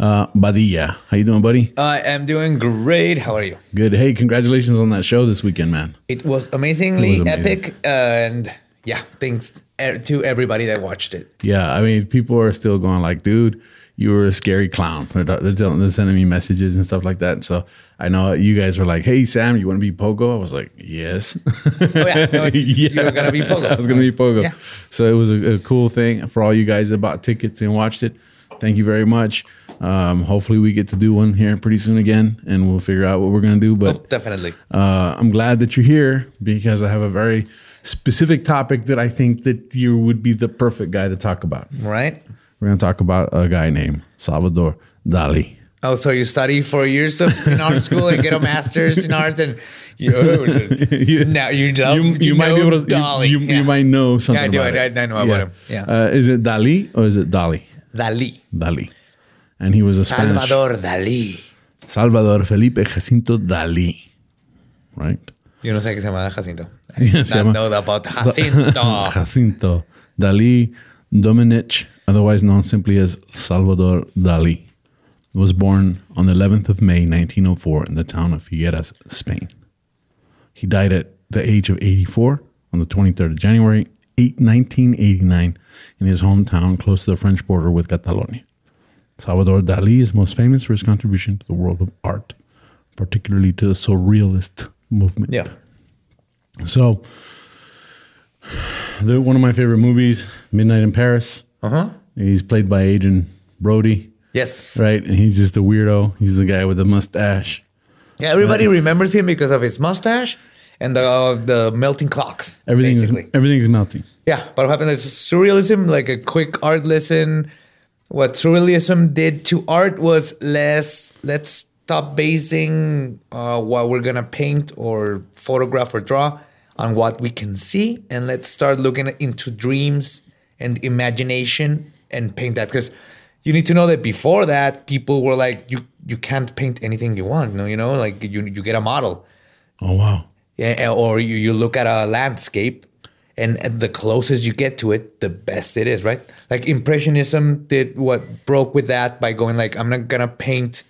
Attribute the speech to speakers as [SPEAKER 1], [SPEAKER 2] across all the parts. [SPEAKER 1] uh, Badilla. How you doing, buddy?
[SPEAKER 2] I am doing great. How are you?
[SPEAKER 1] Good. Hey, congratulations on that show this weekend, man.
[SPEAKER 2] It was amazingly
[SPEAKER 1] It was amazing.
[SPEAKER 2] epic, and yeah, thanks er- to everybody that watched it.
[SPEAKER 1] Yeah, I mean, people are still going like, dude, you were a scary clown. They're, they're, telling, they're sending me messages and stuff like that. So I know you guys were like, hey, Sam, you want to be Pogo? I was like, yes.
[SPEAKER 2] Oh yeah, no, it's- you were gonna be Pogo.
[SPEAKER 1] I was going to be Pogo.
[SPEAKER 2] Yeah.
[SPEAKER 1] So it was a, a cool thing for all you guys that bought tickets and watched it. Thank you very much. Um, hopefully, we get to do one here pretty soon again, and we'll figure out what we're going to do. But
[SPEAKER 2] Oh, Definitely.
[SPEAKER 1] uh, I'm glad that you're here because I have a very specific topic that I think that you would be the perfect guy to talk about.
[SPEAKER 2] Right?
[SPEAKER 1] We're going to talk about a guy named Salvador Dali.
[SPEAKER 2] Oh, so you study four years of, in art school and get a master's in art, and you, oh,
[SPEAKER 1] You-
[SPEAKER 2] now you know
[SPEAKER 1] You, you might be
[SPEAKER 2] know
[SPEAKER 1] able to.
[SPEAKER 2] Dali.
[SPEAKER 1] You, you, you
[SPEAKER 2] Yeah.
[SPEAKER 1] might know something.
[SPEAKER 2] I do,
[SPEAKER 1] About
[SPEAKER 2] I-
[SPEAKER 1] it.
[SPEAKER 2] I know about him. Yeah.
[SPEAKER 1] Uh, is it Dali or is it Dali?
[SPEAKER 2] Dalí,
[SPEAKER 1] Dali. And he was a Spanish.
[SPEAKER 2] Salvador Dalí.
[SPEAKER 1] Salvador Felipe Jacinto Dali. Right.
[SPEAKER 2] Yo no sé qué se llama Jacinto. I
[SPEAKER 1] Yeah,
[SPEAKER 2] did
[SPEAKER 1] se llama-
[SPEAKER 2] not know about Jacinto.
[SPEAKER 1] Jacinto Dali Dominic, otherwise known simply as Salvador Dali, was born on the 11th of May 1904 in the town of Figueras, Spain. He died at the age of 84 on the 23rd of January 8, 1989 in his hometown close to the French border with Catalonia. Salvador Dali is most famous for his contribution to the world of art, particularly to the surrealist movement.
[SPEAKER 2] yeah.
[SPEAKER 1] So, the, one of my favorite movies, Midnight in Paris.
[SPEAKER 2] Uh huh.
[SPEAKER 1] He's played by Adrian Brody,
[SPEAKER 2] Yes.
[SPEAKER 1] right? And he's just a weirdo. He's the guy with the mustache.
[SPEAKER 2] Yeah, everybody remembers him because of his mustache and the the melting clocks.
[SPEAKER 1] Everything is,
[SPEAKER 2] basically.
[SPEAKER 1] everything is melting.
[SPEAKER 2] Yeah, but what happened is surrealism, like a quick art lesson. What surrealism did to art was less. Let's stop basing uh, what we're gonna paint or photograph or draw on what we can see, and let's start looking into dreams and imagination and paint that. Because you need to know that before that, people were like, you you can't paint anything you want. No, you know, like you you get a model.
[SPEAKER 1] Oh, wow.
[SPEAKER 2] Yeah, or you, you look at a landscape and, and the closest you get to it, the best it is, right? Like impressionism did what broke with that by going like, I'm not gonna paint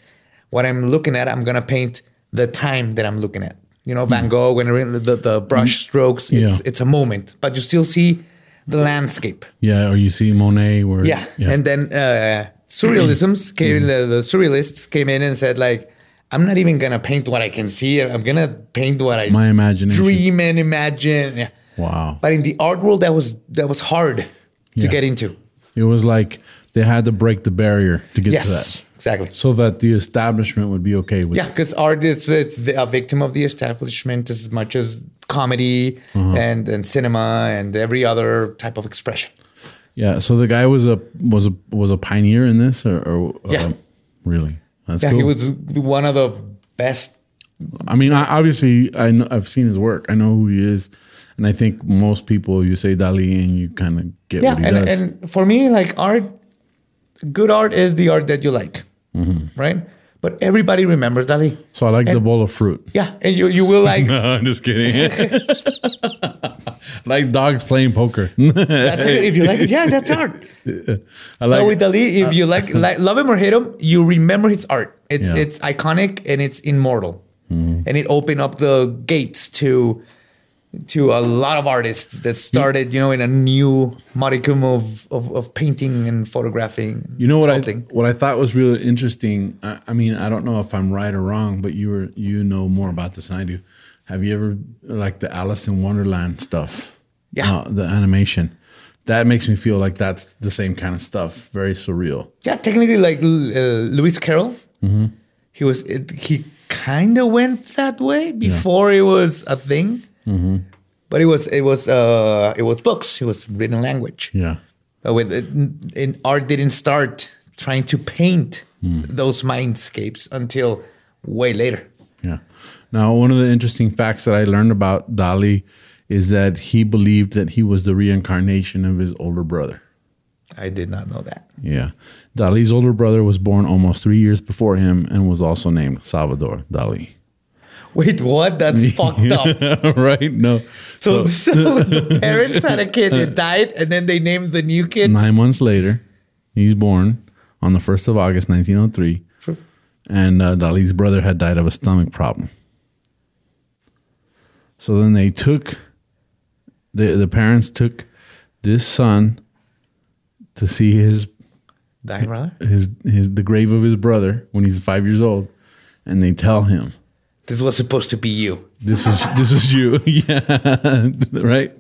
[SPEAKER 2] what I'm looking at, I'm gonna paint the time that I'm looking at. You know, Van Gogh when the, the brush strokes, it's
[SPEAKER 1] Hmm. Yeah.
[SPEAKER 2] it's a moment, but you still see the landscape.
[SPEAKER 1] Yeah, or you see Monet where.
[SPEAKER 2] Yeah. And then uh,
[SPEAKER 1] Hmm.
[SPEAKER 2] surrealisms came the, the surrealists came in and said like, I'm not even gonna paint what I can see. I'm gonna paint what I
[SPEAKER 1] my imagination.
[SPEAKER 2] dream and imagine. Yeah.
[SPEAKER 1] Wow.
[SPEAKER 2] But in the art world, that was that was hard
[SPEAKER 1] Yeah.
[SPEAKER 2] to get into.
[SPEAKER 1] It was like they had to break the barrier to get to
[SPEAKER 2] Yes,
[SPEAKER 1] that
[SPEAKER 2] exactly.
[SPEAKER 1] so that the establishment would be okay with
[SPEAKER 2] Yeah, because art is it's vi- a victim of the establishment as much as comedy
[SPEAKER 1] Mm-hmm.
[SPEAKER 2] and, and cinema and every other type of expression.
[SPEAKER 1] Yeah, So the guy was a was a was a pioneer in this, or, or um,
[SPEAKER 2] Yeah.
[SPEAKER 1] really. That's
[SPEAKER 2] Yeah,
[SPEAKER 1] cool.
[SPEAKER 2] he was one of the best.
[SPEAKER 1] I mean, I, obviously, I know, I've seen his work. I know who he is, and I think most people you say Dali and you kind of get
[SPEAKER 2] Yeah,
[SPEAKER 1] what he
[SPEAKER 2] and,
[SPEAKER 1] does.
[SPEAKER 2] and for me, like art, good art is the art that you like,
[SPEAKER 1] Mm-hmm.
[SPEAKER 2] right? But everybody remembers Dali.
[SPEAKER 1] so I like the bowl of fruit.
[SPEAKER 2] Yeah, and you you will like
[SPEAKER 1] No, I'm just kidding. like dogs playing poker.
[SPEAKER 2] that's it. if you like it, yeah, that's art.
[SPEAKER 1] I like. uh,
[SPEAKER 2] But with Dali, if you like, like love him or hate him, you remember his art. It's
[SPEAKER 1] Yeah. Mm-hmm.
[SPEAKER 2] it's iconic and it's immortal, and it opened up the gates to to a lot of artists that started, you know, in a new modicum of of, of painting and photographing.
[SPEAKER 1] you know what I
[SPEAKER 2] sculpting.
[SPEAKER 1] what I thought was really interesting. I, I mean, I don't know if I'm right or wrong, but you were you know more about this than I do. Have you ever like the Alice in Wonderland stuff?
[SPEAKER 2] Yeah.
[SPEAKER 1] Uh, the animation. That makes me feel like that's the same kind of stuff. Very surreal.
[SPEAKER 2] Yeah, technically, like L- uh, Lewis Carroll,
[SPEAKER 1] Mm-hmm.
[SPEAKER 2] he was it, he kind of went that way before it was a thing.
[SPEAKER 1] Mm-hmm.
[SPEAKER 2] But it was it was uh, it was books. It was written language.
[SPEAKER 1] Yeah.
[SPEAKER 2] Uh, with it, in art didn't start trying to paint those mindscapes until way later.
[SPEAKER 1] Yeah. Now, one of the interesting facts that I learned about Dali is that he believed that he was the reincarnation of his older brother.
[SPEAKER 2] I did not know that.
[SPEAKER 1] Yeah. Dali's older brother was born almost three years before him and was also named Salvador Dali.
[SPEAKER 2] Wait, what? That's fucked up.
[SPEAKER 1] right? No.
[SPEAKER 2] So, so the parents had a kid that died, and then they named the new kid.
[SPEAKER 1] Nine months later, he's born on the 1st of August, 1903. And uh, Dali's brother had died of a stomach problem. So then they took, the, the parents took this son to see his
[SPEAKER 2] Dying brother.
[SPEAKER 1] his his the grave of his brother when he's five years old, and they tell him
[SPEAKER 2] This was supposed to be you.
[SPEAKER 1] this is this is you, yeah, right,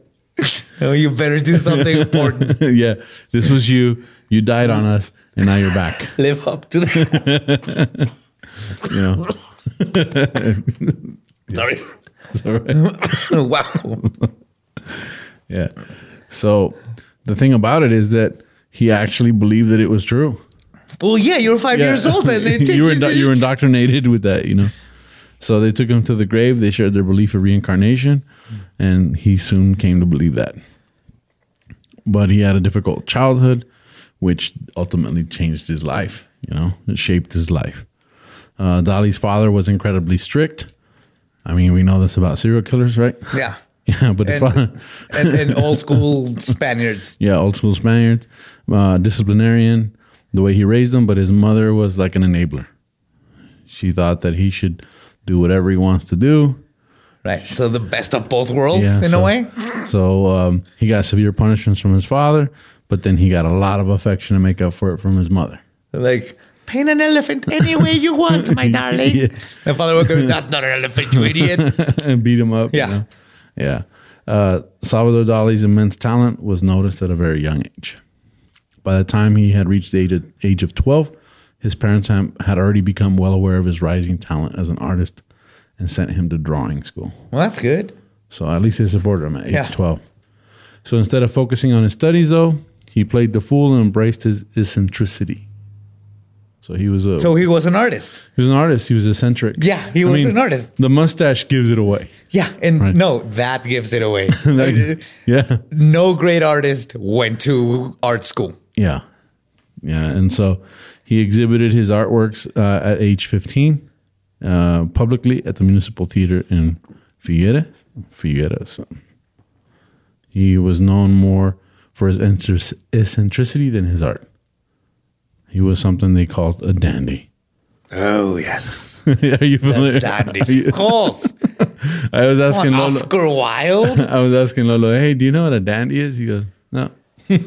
[SPEAKER 2] Oh, you better do something important.
[SPEAKER 1] yeah, this was you. You died on us, and now you're back.
[SPEAKER 2] Live up to that.
[SPEAKER 1] You know,
[SPEAKER 2] Sorry.
[SPEAKER 1] It's all right.
[SPEAKER 2] wow.
[SPEAKER 1] yeah. So the thing about it is that he actually believed that it was true.
[SPEAKER 2] Well, yeah, you were five
[SPEAKER 1] Yeah.
[SPEAKER 2] years old, and they take
[SPEAKER 1] you
[SPEAKER 2] you.
[SPEAKER 1] were indo- you were indoctrinated with that, you know. So they took him to the grave. They shared their belief of reincarnation, and he soon came to believe that. But he had a difficult childhood, which ultimately changed his life. You know, it shaped his life. Uh, Dolly's father was incredibly strict. I mean, we know this about serial killers, right?
[SPEAKER 2] yeah,
[SPEAKER 1] Yeah, but his
[SPEAKER 2] And-
[SPEAKER 1] father,
[SPEAKER 2] and, and old school Spaniards.
[SPEAKER 1] yeah, old school Spaniard, uh, disciplinarian, the way he raised them, but his mother was like an enabler. She thought that he should do whatever he wants to do.
[SPEAKER 2] Right. So the best of both worlds
[SPEAKER 1] Yeah,
[SPEAKER 2] in
[SPEAKER 1] so,
[SPEAKER 2] a way.
[SPEAKER 1] So um, he got severe punishments from his father, but then he got a lot of affection to make up for it from his mother.
[SPEAKER 2] Like paint an elephant any way you want, my darling.
[SPEAKER 1] Yeah.
[SPEAKER 2] The father would go, "That's not an elephant, you idiot."
[SPEAKER 1] and beat him up. you
[SPEAKER 2] Yeah.
[SPEAKER 1] know? Yeah. Uh, Salvador Dali's immense talent was noticed at a very young age. By the time he had reached the age of, age of 12, his parents had had already become well aware of his rising talent as an artist and sent him to drawing school.
[SPEAKER 2] well, that's good.
[SPEAKER 1] So at least they supported him at age
[SPEAKER 2] Yeah.
[SPEAKER 1] 12. So instead of focusing on his studies, though, he played the fool and embraced his eccentricity. So he was a
[SPEAKER 2] So he was an artist.
[SPEAKER 1] he was an artist. He was eccentric.
[SPEAKER 2] Yeah, he
[SPEAKER 1] I
[SPEAKER 2] was
[SPEAKER 1] mean,
[SPEAKER 2] an artist.
[SPEAKER 1] The mustache gives it away.
[SPEAKER 2] Yeah, and
[SPEAKER 1] Right.
[SPEAKER 2] no, that gives it away.
[SPEAKER 1] yeah.
[SPEAKER 2] no great artist went to art school.
[SPEAKER 1] Yeah. Yeah. And so he exhibited his artworks uh, at age 15 uh, publicly at the Municipal Theater in Figueres. Figueres. He was known more for his eccentric- eccentricity than his art. He was something they called a dandy.
[SPEAKER 2] Oh yes,
[SPEAKER 1] Are you familiar? Are
[SPEAKER 2] dandies,
[SPEAKER 1] you-
[SPEAKER 2] of course.
[SPEAKER 1] I was
[SPEAKER 2] Come
[SPEAKER 1] asking
[SPEAKER 2] on,
[SPEAKER 1] Lolo.
[SPEAKER 2] Oscar Wilde.
[SPEAKER 1] I was asking Lolo, hey, do you know what a dandy is? He goes, no. and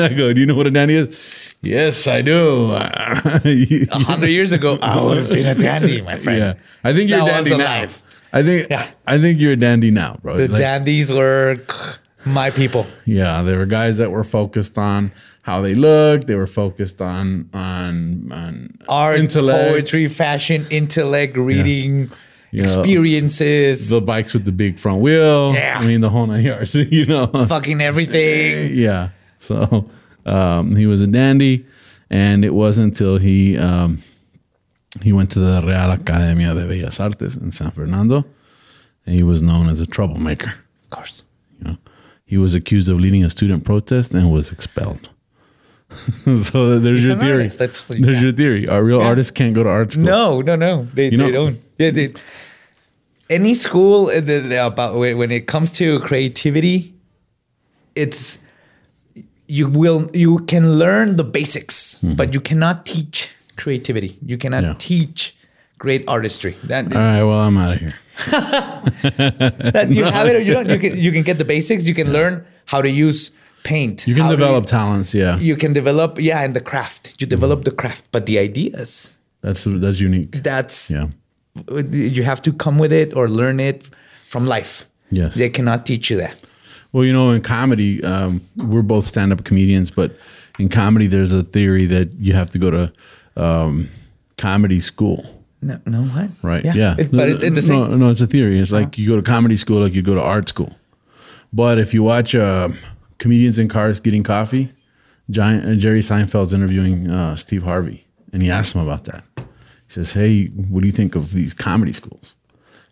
[SPEAKER 1] I go, do you know what a dandy is? Yes, I do.
[SPEAKER 2] A hundred years ago, I would have been a dandy, my friend.
[SPEAKER 1] Yeah, I think you're
[SPEAKER 2] Now
[SPEAKER 1] a
[SPEAKER 2] I
[SPEAKER 1] dandy
[SPEAKER 2] was
[SPEAKER 1] now.
[SPEAKER 2] alive.
[SPEAKER 1] I think
[SPEAKER 2] Yeah.
[SPEAKER 1] I think you're a dandy now, bro.
[SPEAKER 2] The
[SPEAKER 1] Like,
[SPEAKER 2] dandies were my people.
[SPEAKER 1] yeah, there were guys that were focused on how they looked. They were focused on on on
[SPEAKER 2] Art,
[SPEAKER 1] intellect,
[SPEAKER 2] poetry, fashion, intellect, reading,
[SPEAKER 1] You know,
[SPEAKER 2] experiences,
[SPEAKER 1] the bikes with the big front wheel.
[SPEAKER 2] Yeah.
[SPEAKER 1] I mean the whole nine yards. You know,
[SPEAKER 2] fucking everything.
[SPEAKER 1] yeah. So um, he was a dandy, and it wasn't until he um, he went to the Real Academia de Bellas Artes in San Fernando, and he was known as a troublemaker.
[SPEAKER 2] Of course.
[SPEAKER 1] You know, he was accused of leading a student protest and was expelled. so there's
[SPEAKER 2] He's
[SPEAKER 1] your
[SPEAKER 2] an
[SPEAKER 1] theory.
[SPEAKER 2] artist, I told you
[SPEAKER 1] there's
[SPEAKER 2] that.
[SPEAKER 1] your theory. Our real artists can't go to art school.
[SPEAKER 2] No, no, no. They,
[SPEAKER 1] You
[SPEAKER 2] they
[SPEAKER 1] know-
[SPEAKER 2] don't. Yeah, they, any school uh, the- the- about when when it comes to creativity, it's you will you can learn the basics, but you cannot teach creativity. You cannot
[SPEAKER 1] Mm-hmm. Yeah.
[SPEAKER 2] teach great artistry. That
[SPEAKER 1] All right. Well, I'm out of here.
[SPEAKER 2] that you have it or you don't. You can you can get the basics. You can learn how to use paint.
[SPEAKER 1] You can
[SPEAKER 2] how to-
[SPEAKER 1] develop talents. Yeah,
[SPEAKER 2] you can develop, yeah, and the craft. You develop
[SPEAKER 1] Mm-hmm.
[SPEAKER 2] the craft, but the ideas.
[SPEAKER 1] that's that's unique.
[SPEAKER 2] That's
[SPEAKER 1] Yeah.
[SPEAKER 2] you have to come with it or learn it from life.
[SPEAKER 1] Yes.
[SPEAKER 2] They cannot teach you that.
[SPEAKER 1] Well, you know, in comedy, um, we're both stand-up comedians, but in comedy, there's a theory that you have to go to um, comedy school.
[SPEAKER 2] No, no what?
[SPEAKER 1] Right. Yeah.
[SPEAKER 2] Yeah. It- but it, it's the same.
[SPEAKER 1] no, no, it's a theory. It's like you go to comedy school, like you go to art school. But if you watch uh, comedians in cars getting coffee, Giant, uh, Jerry Seinfeld's interviewing uh, Steve Harvey, and he asked him about that. He says, Hey, what do you think of these comedy schools?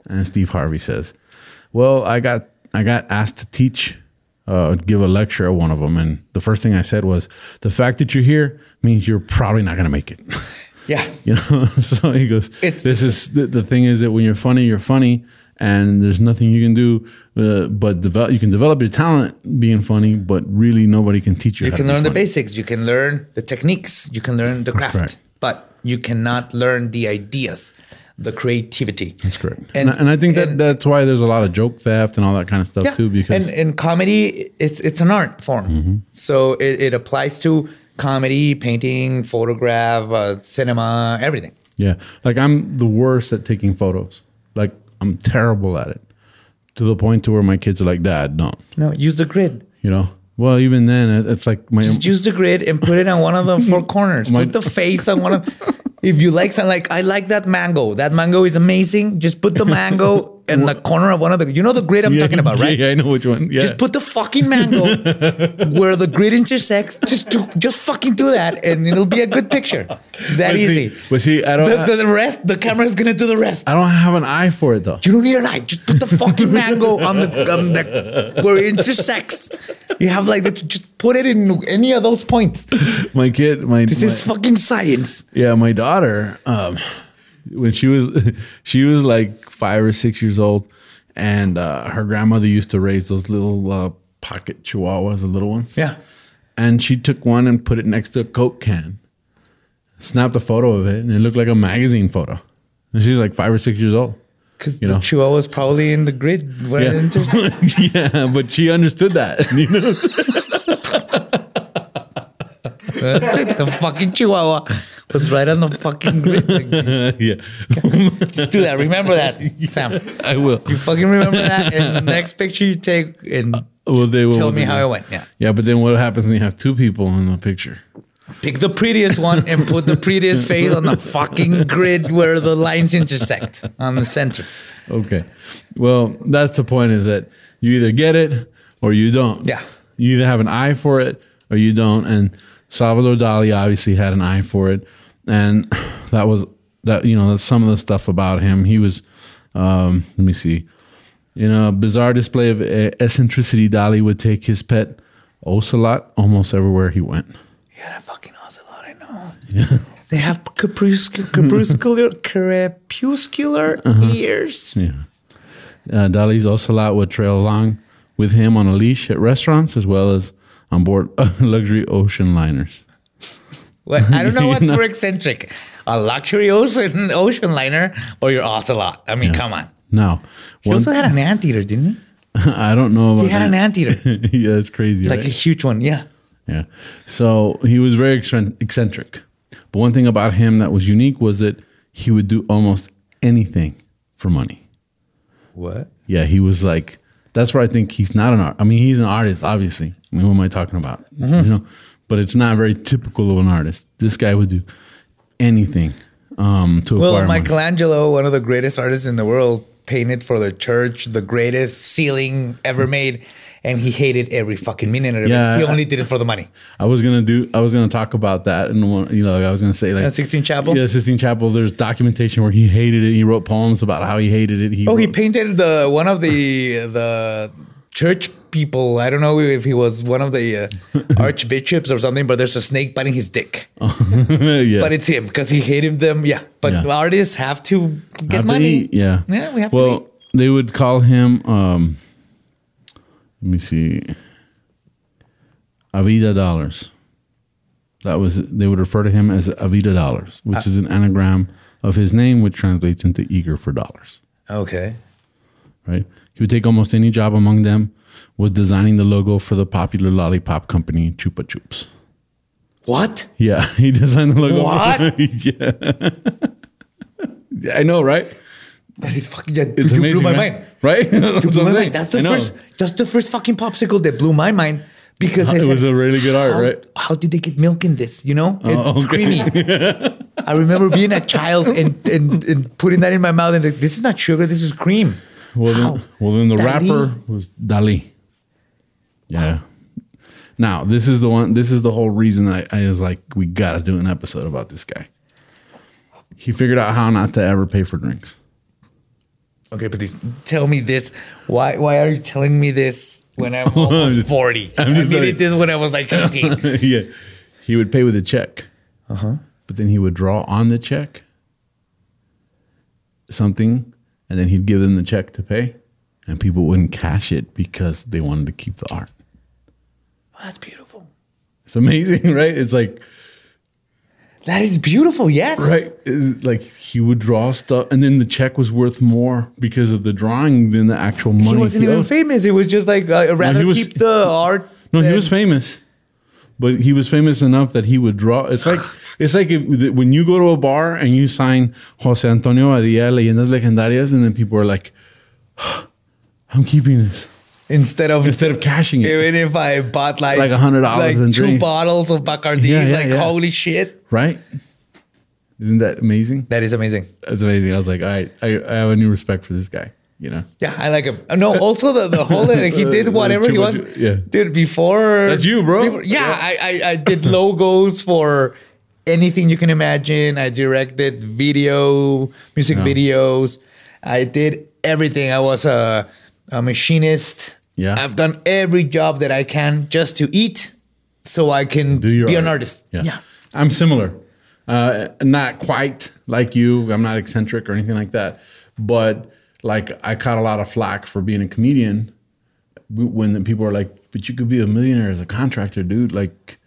[SPEAKER 1] And Steve Harvey says, Well, I got I got asked to teach, uh, give a lecture at one of them, and the first thing I said was, "The fact that you're here means you're probably not going to make it."
[SPEAKER 2] Yeah.
[SPEAKER 1] you know. so he goes,
[SPEAKER 2] It's-
[SPEAKER 1] "This is the, the thing is that when you're funny, you're funny, and there's nothing you can do, uh, but develop. You can develop your talent being funny, but really nobody can teach you.
[SPEAKER 2] You
[SPEAKER 1] how
[SPEAKER 2] can
[SPEAKER 1] to be
[SPEAKER 2] learn the
[SPEAKER 1] funny.
[SPEAKER 2] basics. You can learn the techniques. You can learn the craft.
[SPEAKER 1] correct.
[SPEAKER 2] But you cannot learn the ideas, the creativity.
[SPEAKER 1] That's correct.
[SPEAKER 2] And-
[SPEAKER 1] And, and I think that
[SPEAKER 2] and-
[SPEAKER 1] that's why there's a lot of joke theft and all that kind of stuff
[SPEAKER 2] Yeah.
[SPEAKER 1] too. Because Mm-hmm.
[SPEAKER 2] and, and comedy, it's it's an art form. So it, it applies to comedy, painting, photograph, uh, cinema, everything.
[SPEAKER 1] yeah, like I'm the worst at taking photos. Like I'm terrible at it, to the point to where my kids are like, "Dad, don't."
[SPEAKER 2] No, use the grid.
[SPEAKER 1] You know. Well, even then, it- it's like my
[SPEAKER 2] Just use the grid and put it on one of the four corners.
[SPEAKER 1] My-
[SPEAKER 2] Put the face on one of. If you like something, like I like that mango. That mango is amazing. Just put the mango in the corner of one of the. You know the grid I'm
[SPEAKER 1] Yeah,
[SPEAKER 2] talking about, right?
[SPEAKER 1] Yeah, I know which one. Yeah.
[SPEAKER 2] Just put the fucking mango where the grid intersects. Just do, just fucking do that, and it'll be a good picture. That
[SPEAKER 1] But see-
[SPEAKER 2] easy.
[SPEAKER 1] but see, I don't.
[SPEAKER 2] the, the, the rest, the camera's gonna do the rest.
[SPEAKER 1] I don't have an eye for it though.
[SPEAKER 2] You don't need a light. Just put the fucking mango on the, on the where it intersects. You have like that. Just put it in any of those points.
[SPEAKER 1] My kid, my,
[SPEAKER 2] This
[SPEAKER 1] my-
[SPEAKER 2] is fucking science.
[SPEAKER 1] yeah, my daughter. Um, when she was she was like five or six years old, and uh, her grandmother used to raise those little uh, pocket chihuahuas, the little ones.
[SPEAKER 2] Yeah.
[SPEAKER 1] and she took one and put it next to a Coke can, snapped a photo of it, and it looked like a magazine photo. And she was like five or six years old.
[SPEAKER 2] Because
[SPEAKER 1] You
[SPEAKER 2] the
[SPEAKER 1] know.
[SPEAKER 2] chihuahua is probably in the grid where it intersects.
[SPEAKER 1] yeah, but she understood that. You know?
[SPEAKER 2] That's it. The fucking chihuahua was right on the fucking grid. Like,
[SPEAKER 1] yeah,
[SPEAKER 2] just do that. Remember that, Sam.
[SPEAKER 1] I will.
[SPEAKER 2] You fucking remember that. And the next picture you take and
[SPEAKER 1] Well, they will
[SPEAKER 2] tell me
[SPEAKER 1] they
[SPEAKER 2] how
[SPEAKER 1] will.
[SPEAKER 2] it went. Yeah.
[SPEAKER 1] Yeah, but then what happens when you have two people in the picture?
[SPEAKER 2] Pick the prettiest one and put the prettiest face on the fucking grid where the lines intersect on the center.
[SPEAKER 1] Okay. Well, that's the point is that you either get it or you don't.
[SPEAKER 2] Yeah.
[SPEAKER 1] You either have an eye for it or you don't. And Salvador Dali obviously had an eye for it. And that was that, you know, that's some of the stuff about him. He was, um, let me see, in a bizarre display of e- eccentricity, Dali would take his pet ocelot almost everywhere he went.
[SPEAKER 2] You had a fucking ocelot, I know. They have caprus- crepuscular, crepuscular
[SPEAKER 1] Uh-huh.
[SPEAKER 2] ears.
[SPEAKER 1] Yeah. Uh, Dali's Ocelot would trail along with him on a leash at restaurants as well as on board luxury ocean liners.
[SPEAKER 2] Well, I don't know what's
[SPEAKER 1] You know?
[SPEAKER 2] more eccentric, a luxury ocean, ocean liner or your ocelot. I mean, come on.
[SPEAKER 1] Now,
[SPEAKER 2] He
[SPEAKER 1] one,
[SPEAKER 2] also had an anteater, didn't he?
[SPEAKER 1] I don't know about
[SPEAKER 2] He had an anteater,
[SPEAKER 1] that. yeah, it's crazy,
[SPEAKER 2] like a
[SPEAKER 1] right?
[SPEAKER 2] huge one. Yeah.
[SPEAKER 1] yeah. So he was very excen- eccentric. But one thing about him that was unique was that he would do almost anything for money.
[SPEAKER 2] What?
[SPEAKER 1] Yeah, he was like, that's where I think he's not an art. I mean, he's an artist, obviously. I mean, who am I talking about?
[SPEAKER 2] Mm-hmm.
[SPEAKER 1] You know, but it's not very typical of an artist. This guy would do anything um, to
[SPEAKER 2] Well,
[SPEAKER 1] acquire money.
[SPEAKER 2] Michelangelo, one of the greatest artists in the world, painted for the church the greatest ceiling ever made, and he hated every fucking minute of
[SPEAKER 1] Yeah.
[SPEAKER 2] it. He only did it for the money.
[SPEAKER 1] I was gonna do. I was gonna talk about that, and one- you know, I was gonna say like
[SPEAKER 2] At 16 Chapel?
[SPEAKER 1] Yeah, Sixteen Chapel. There's documentation where he hated it. He wrote poems about how he hated it. He
[SPEAKER 2] Oh, he
[SPEAKER 1] wrote-
[SPEAKER 2] painted the one of the the church people. I don't know if he was one of the uh, archbishops or something, but there's a snake biting his dick.
[SPEAKER 1] yeah.
[SPEAKER 2] But it's him because he hated them. Yeah, but
[SPEAKER 1] Yeah.
[SPEAKER 2] artists have to get
[SPEAKER 1] Have to
[SPEAKER 2] money.
[SPEAKER 1] eat, yeah.
[SPEAKER 2] yeah, we have
[SPEAKER 1] well,
[SPEAKER 2] to. eat.
[SPEAKER 1] they would call him. Um, let me see. Avida dollars. That was they would refer to him as Avida dollars, which
[SPEAKER 2] Ah.
[SPEAKER 1] is an anagram of his name, which translates into eager for dollars.
[SPEAKER 2] Okay.
[SPEAKER 1] Right. He would take almost any job among them. Was designing the logo for the popular lollipop company Chupa Chups.
[SPEAKER 2] What?
[SPEAKER 1] Yeah, he designed the logo.
[SPEAKER 2] What?
[SPEAKER 1] yeah. I know, right?
[SPEAKER 2] That is fucking. Yeah,
[SPEAKER 1] It's
[SPEAKER 2] you
[SPEAKER 1] amazing,
[SPEAKER 2] blew my
[SPEAKER 1] right?
[SPEAKER 2] mind.
[SPEAKER 1] Right? That's,
[SPEAKER 2] You
[SPEAKER 1] what
[SPEAKER 2] blew
[SPEAKER 1] I'm
[SPEAKER 2] my
[SPEAKER 1] saying.
[SPEAKER 2] mind. That's the
[SPEAKER 1] I know.
[SPEAKER 2] first. That's the first fucking popsicle that blew my mind because I
[SPEAKER 1] It
[SPEAKER 2] said,
[SPEAKER 1] was a really good art,
[SPEAKER 2] how,
[SPEAKER 1] right?
[SPEAKER 2] How did they get milk in this? You know, it's
[SPEAKER 1] Oh, okay.
[SPEAKER 2] creamy. I remember being a child and, and and putting that in my mouth and like, this is not sugar, this is cream.
[SPEAKER 1] Well
[SPEAKER 2] How?
[SPEAKER 1] then, well then the
[SPEAKER 2] Dali?
[SPEAKER 1] rapper was Dali. Yeah. Now this is the one. This is the whole reason I, I was like, we gotta do an episode about this guy He figured out how not to ever pay for drinks.
[SPEAKER 2] Okay, but these, tell me this. Why why are you telling me this when I'm almost
[SPEAKER 1] just-
[SPEAKER 2] 40?
[SPEAKER 1] I'm
[SPEAKER 2] I
[SPEAKER 1] just
[SPEAKER 2] needed
[SPEAKER 1] like-
[SPEAKER 2] this when I was like 18.
[SPEAKER 1] yeah. He would pay with a check.
[SPEAKER 2] Uh-huh.
[SPEAKER 1] But then he would draw on the check something, and then he'd give them the check to pay, and people wouldn't cash it because they wanted to keep the art.
[SPEAKER 2] Oh, That's beautiful.
[SPEAKER 1] It's amazing, right? It's like
[SPEAKER 2] That is beautiful, yes.
[SPEAKER 1] right, it's like he would draw stuff, and then the check was worth more because of the drawing than the actual money.
[SPEAKER 2] He wasn't even
[SPEAKER 1] owed.
[SPEAKER 2] famous. It was just like, uh, I'd rather
[SPEAKER 1] was-
[SPEAKER 2] keep the art.
[SPEAKER 1] No, he
[SPEAKER 2] than-
[SPEAKER 1] was famous, but he was famous enough that he would draw. It's like it's like if, when you go to a bar and you sign Jose Antonio Adia Leyendas Legendarias, and then people are like, "I'm keeping this
[SPEAKER 2] Instead of
[SPEAKER 1] instead of cashing it."
[SPEAKER 2] Even if I bought like
[SPEAKER 1] Like $100
[SPEAKER 2] like
[SPEAKER 1] and
[SPEAKER 2] two
[SPEAKER 1] drink.
[SPEAKER 2] bottles of Bacardi,
[SPEAKER 1] Yeah, yeah,
[SPEAKER 2] like
[SPEAKER 1] yeah.
[SPEAKER 2] holy shit,
[SPEAKER 1] Right? Isn't that amazing?
[SPEAKER 2] that is amazing.
[SPEAKER 1] That's amazing. I was like, all right, I, I have a new respect for this guy. You know,
[SPEAKER 2] Yeah, I like him. No, also the the whole like, he did whatever he
[SPEAKER 1] Too much-
[SPEAKER 2] wanted.
[SPEAKER 1] yeah.
[SPEAKER 2] dude. Before
[SPEAKER 1] That's you, bro.
[SPEAKER 2] before- yeah, I, I I did logos for anything you can imagine. I directed video, music videos. I did everything. I was a a machinist.
[SPEAKER 1] Yeah.
[SPEAKER 2] I've done every job that I can just to eat, so I can
[SPEAKER 1] do your
[SPEAKER 2] be an
[SPEAKER 1] art.
[SPEAKER 2] artist.
[SPEAKER 1] Yeah. I'm similar. Uh, not quite like you. I'm not eccentric or anything like that. But like I caught a lot of flack for being a comedian w- when the people are like, "But you could be a millionaire as a contractor, dude. Like,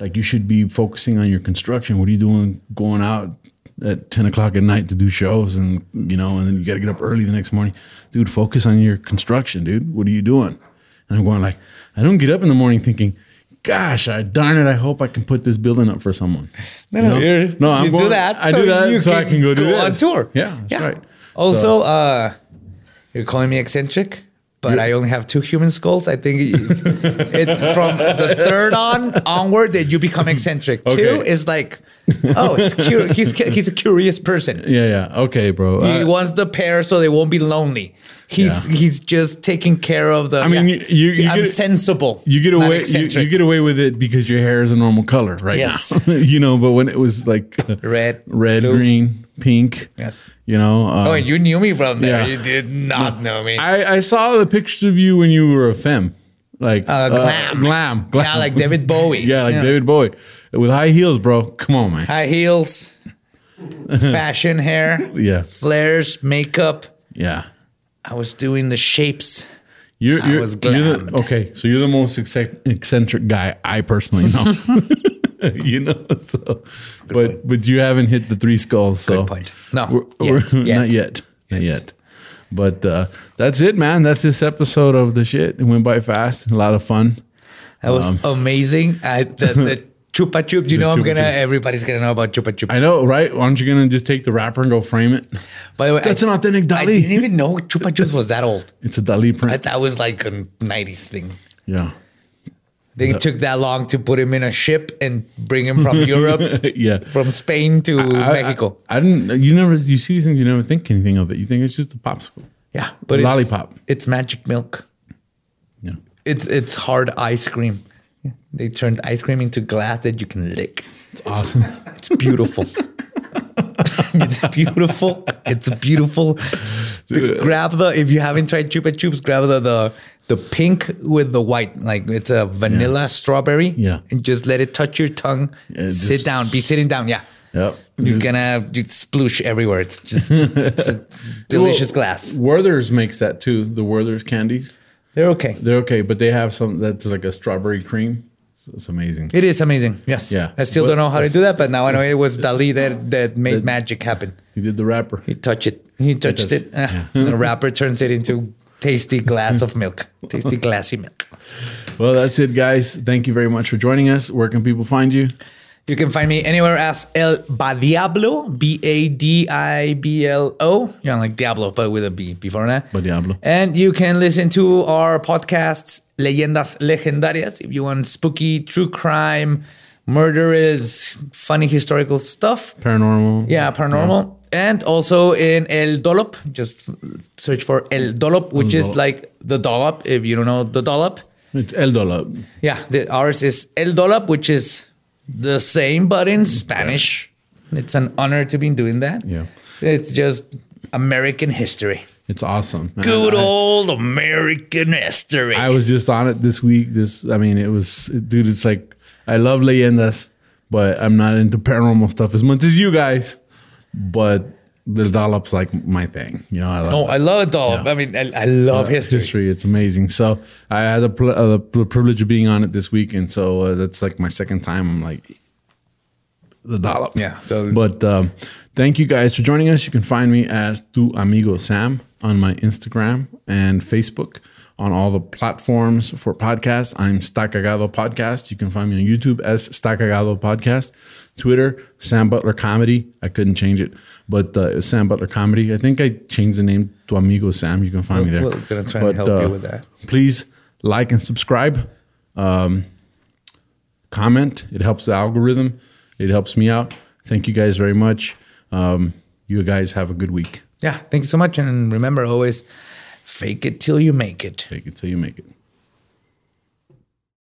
[SPEAKER 1] like you should be focusing on your construction. What are you doing going out at ten o'clock at night to do shows and you know, and then you got to get up early the next morning, dude. Focus on your construction, dude. What are you doing? And I'm going like, I don't get up in the morning thinking. Gosh, I darn it! I hope I can put this building up for someone.
[SPEAKER 2] No,
[SPEAKER 1] You
[SPEAKER 2] no,
[SPEAKER 1] know?
[SPEAKER 2] you're-
[SPEAKER 1] no. I'm
[SPEAKER 2] you do
[SPEAKER 1] going,
[SPEAKER 2] that,
[SPEAKER 1] I
[SPEAKER 2] so
[SPEAKER 1] do that,
[SPEAKER 2] you
[SPEAKER 1] so I
[SPEAKER 2] can
[SPEAKER 1] can go do
[SPEAKER 2] go on
[SPEAKER 1] this.
[SPEAKER 2] tour.
[SPEAKER 1] Yeah, that's right.
[SPEAKER 2] Also,
[SPEAKER 1] So-
[SPEAKER 2] uh, you're calling me eccentric, but I only have two human skulls. I think it- it's from the third on onward that you become eccentric. Two
[SPEAKER 1] Okay.
[SPEAKER 2] is like, oh, it's cur- he's cu- he's a curious person.
[SPEAKER 1] yeah, yeah. Okay, bro.
[SPEAKER 2] He
[SPEAKER 1] Uh,
[SPEAKER 2] wants the pair so they won't be lonely. He's
[SPEAKER 1] Yeah.
[SPEAKER 2] he's just taking care of the.
[SPEAKER 1] I mean, you- you- you
[SPEAKER 2] I'm
[SPEAKER 1] get-
[SPEAKER 2] sensible.
[SPEAKER 1] You get
[SPEAKER 2] not
[SPEAKER 1] away. You,
[SPEAKER 2] eccentric.
[SPEAKER 1] you get away with it because your hair is a normal color right
[SPEAKER 2] Yes.
[SPEAKER 1] now. you know, but when it was like
[SPEAKER 2] Red,
[SPEAKER 1] red,
[SPEAKER 2] blue.
[SPEAKER 1] green, pink.
[SPEAKER 2] Yes.
[SPEAKER 1] You know. um,
[SPEAKER 2] Oh, and you knew me from there.
[SPEAKER 1] Yeah.
[SPEAKER 2] You did not know me.
[SPEAKER 1] I, I saw the pictures of you when you were a femme, like
[SPEAKER 2] Uh, glam.
[SPEAKER 1] glam, glam,
[SPEAKER 2] Yeah, like David Bowie.
[SPEAKER 1] yeah, like
[SPEAKER 2] Yeah.
[SPEAKER 1] David Bowie with high heels, bro. Come on, man.
[SPEAKER 2] high heels, fashion hair,
[SPEAKER 1] Yeah,
[SPEAKER 2] flares, makeup.
[SPEAKER 1] yeah.
[SPEAKER 2] I was doing the shapes.
[SPEAKER 1] You're, you're,
[SPEAKER 2] was
[SPEAKER 1] you're the,
[SPEAKER 2] glammed.
[SPEAKER 1] okay, so you're the most eccentric, eccentric guy I personally know. you know, so but but you haven't hit the three skulls. So
[SPEAKER 2] Good point. No,
[SPEAKER 1] We're-
[SPEAKER 2] yet,
[SPEAKER 1] we're-
[SPEAKER 2] yet.
[SPEAKER 1] not yet, not yet. But uh, that's it, man. That's this episode of the shit. It went by fast. A lot of fun.
[SPEAKER 2] That was amazing. I, the, the chupa chup. You know, I'm
[SPEAKER 1] Chupa
[SPEAKER 2] gonna.
[SPEAKER 1] Chups.
[SPEAKER 2] Everybody's gonna know about chupa chups.
[SPEAKER 1] I know, right? Why aren't you gonna just take the wrapper and go frame it?
[SPEAKER 2] By the way,
[SPEAKER 1] That's
[SPEAKER 2] I,
[SPEAKER 1] an authentic
[SPEAKER 2] I didn't
[SPEAKER 1] Dali.
[SPEAKER 2] even know chupa chups was that old.
[SPEAKER 1] It's a Dali
[SPEAKER 2] I
[SPEAKER 1] print.
[SPEAKER 2] thought it was like a '90s thing.
[SPEAKER 1] Yeah,
[SPEAKER 2] They took that long to put him in a ship and bring him from Europe,
[SPEAKER 1] yeah.
[SPEAKER 2] from Spain to
[SPEAKER 1] I- I-
[SPEAKER 2] Mexico.
[SPEAKER 1] I, didn't. You never. You see these things. You never think anything of it. You think it's just a popsicle.
[SPEAKER 2] yeah, but
[SPEAKER 1] Lollipop.
[SPEAKER 2] It's, it's magic milk.
[SPEAKER 1] Yeah.
[SPEAKER 2] It's it's hard ice cream. They turned ice cream into glass that you can lick.
[SPEAKER 1] It's awesome.
[SPEAKER 2] It's beautiful. it's beautiful. It's beautiful. The- grab the if you haven't tried Chupa Chups, grab the the the pink with the white. Like it's a vanilla strawberry.
[SPEAKER 1] Yeah.
[SPEAKER 2] and just let it touch your tongue.
[SPEAKER 1] Yeah,
[SPEAKER 2] Sit
[SPEAKER 1] just-
[SPEAKER 2] down. Be sitting down. Yeah.
[SPEAKER 1] Yep.
[SPEAKER 2] You're gonna you sploosh everywhere. It's just it's a delicious
[SPEAKER 1] Well,
[SPEAKER 2] glass.
[SPEAKER 1] Werther's makes that too. The Werther's candies.
[SPEAKER 2] They're okay.
[SPEAKER 1] They're okay, but they have some that's like a strawberry cream. It's, it's amazing.
[SPEAKER 2] It is amazing. Yes.
[SPEAKER 1] Yeah.
[SPEAKER 2] I still
[SPEAKER 1] But
[SPEAKER 2] don't know how to
[SPEAKER 1] it's-
[SPEAKER 2] do that, but now I know it was Dali that that made
[SPEAKER 1] That-
[SPEAKER 2] magic happen.
[SPEAKER 1] He did the wrapper.
[SPEAKER 2] He touched it. He touched
[SPEAKER 1] does.
[SPEAKER 2] it. Ah, The wrapper turns it into tasty glass of milk. Tasty glassy milk.
[SPEAKER 1] Well, that's it, guys. Thank you very much for joining us. Where can people find you?
[SPEAKER 2] You can find me anywhere as El Badiablo, B A D I B L O. Yeah, like Diablo, but with a B before that.
[SPEAKER 1] Badiablo.
[SPEAKER 2] And you can listen to our podcasts, Leyendas Legendarias, if you want spooky, true crime, murderous, funny historical stuff.
[SPEAKER 1] Paranormal.
[SPEAKER 2] Yeah, paranormal. And also in El Dolop, just search for El Dolop, which is
[SPEAKER 1] Dollop.
[SPEAKER 2] like the dollop, if you don't know the dollop.
[SPEAKER 1] It's El Dollar.
[SPEAKER 2] Yeah, the, ours is El Dolop, which is the same but in Spanish. It's an honor to be doing that.
[SPEAKER 1] Yeah.
[SPEAKER 2] It's just American history.
[SPEAKER 1] It's awesome.
[SPEAKER 2] Good
[SPEAKER 1] I- I-
[SPEAKER 2] old American history.
[SPEAKER 1] I was just on it this week. This, I mean, it was, dude. It's like I love leyendas, but I'm not into paranormal stuff as much as you guys. But the dollop's like my thing, you know. I love
[SPEAKER 2] oh, I love it all.
[SPEAKER 1] Yeah.
[SPEAKER 2] I mean, I, I love history.
[SPEAKER 1] Uh, It's amazing. So I had the, pl- uh, the privilege of being on it this week, and so uh, that's like my second time. I'm like the dollop.
[SPEAKER 2] Yeah, so-
[SPEAKER 1] but um, thank you guys for joining us. You can find me as Tu Amigo Sam on my Instagram and Facebook. On all the platforms for podcasts, I'm Stacagado Podcast. You can find me on YouTube as Stacagado Podcast, Twitter Sam Butler Comedy. I couldn't change it, but uh, Sam Butler Comedy. I think I changed the name to Amigo Sam. You can find me there.
[SPEAKER 2] We're gonna try and help you with that.
[SPEAKER 1] uh, Please like and subscribe. Um, comment. It helps the algorithm. It helps me out. Thank you guys very much. Um, you guys have a good week.
[SPEAKER 2] Yeah, thank you so much. And remember always fake it till you make it.
[SPEAKER 1] Take it till you make it.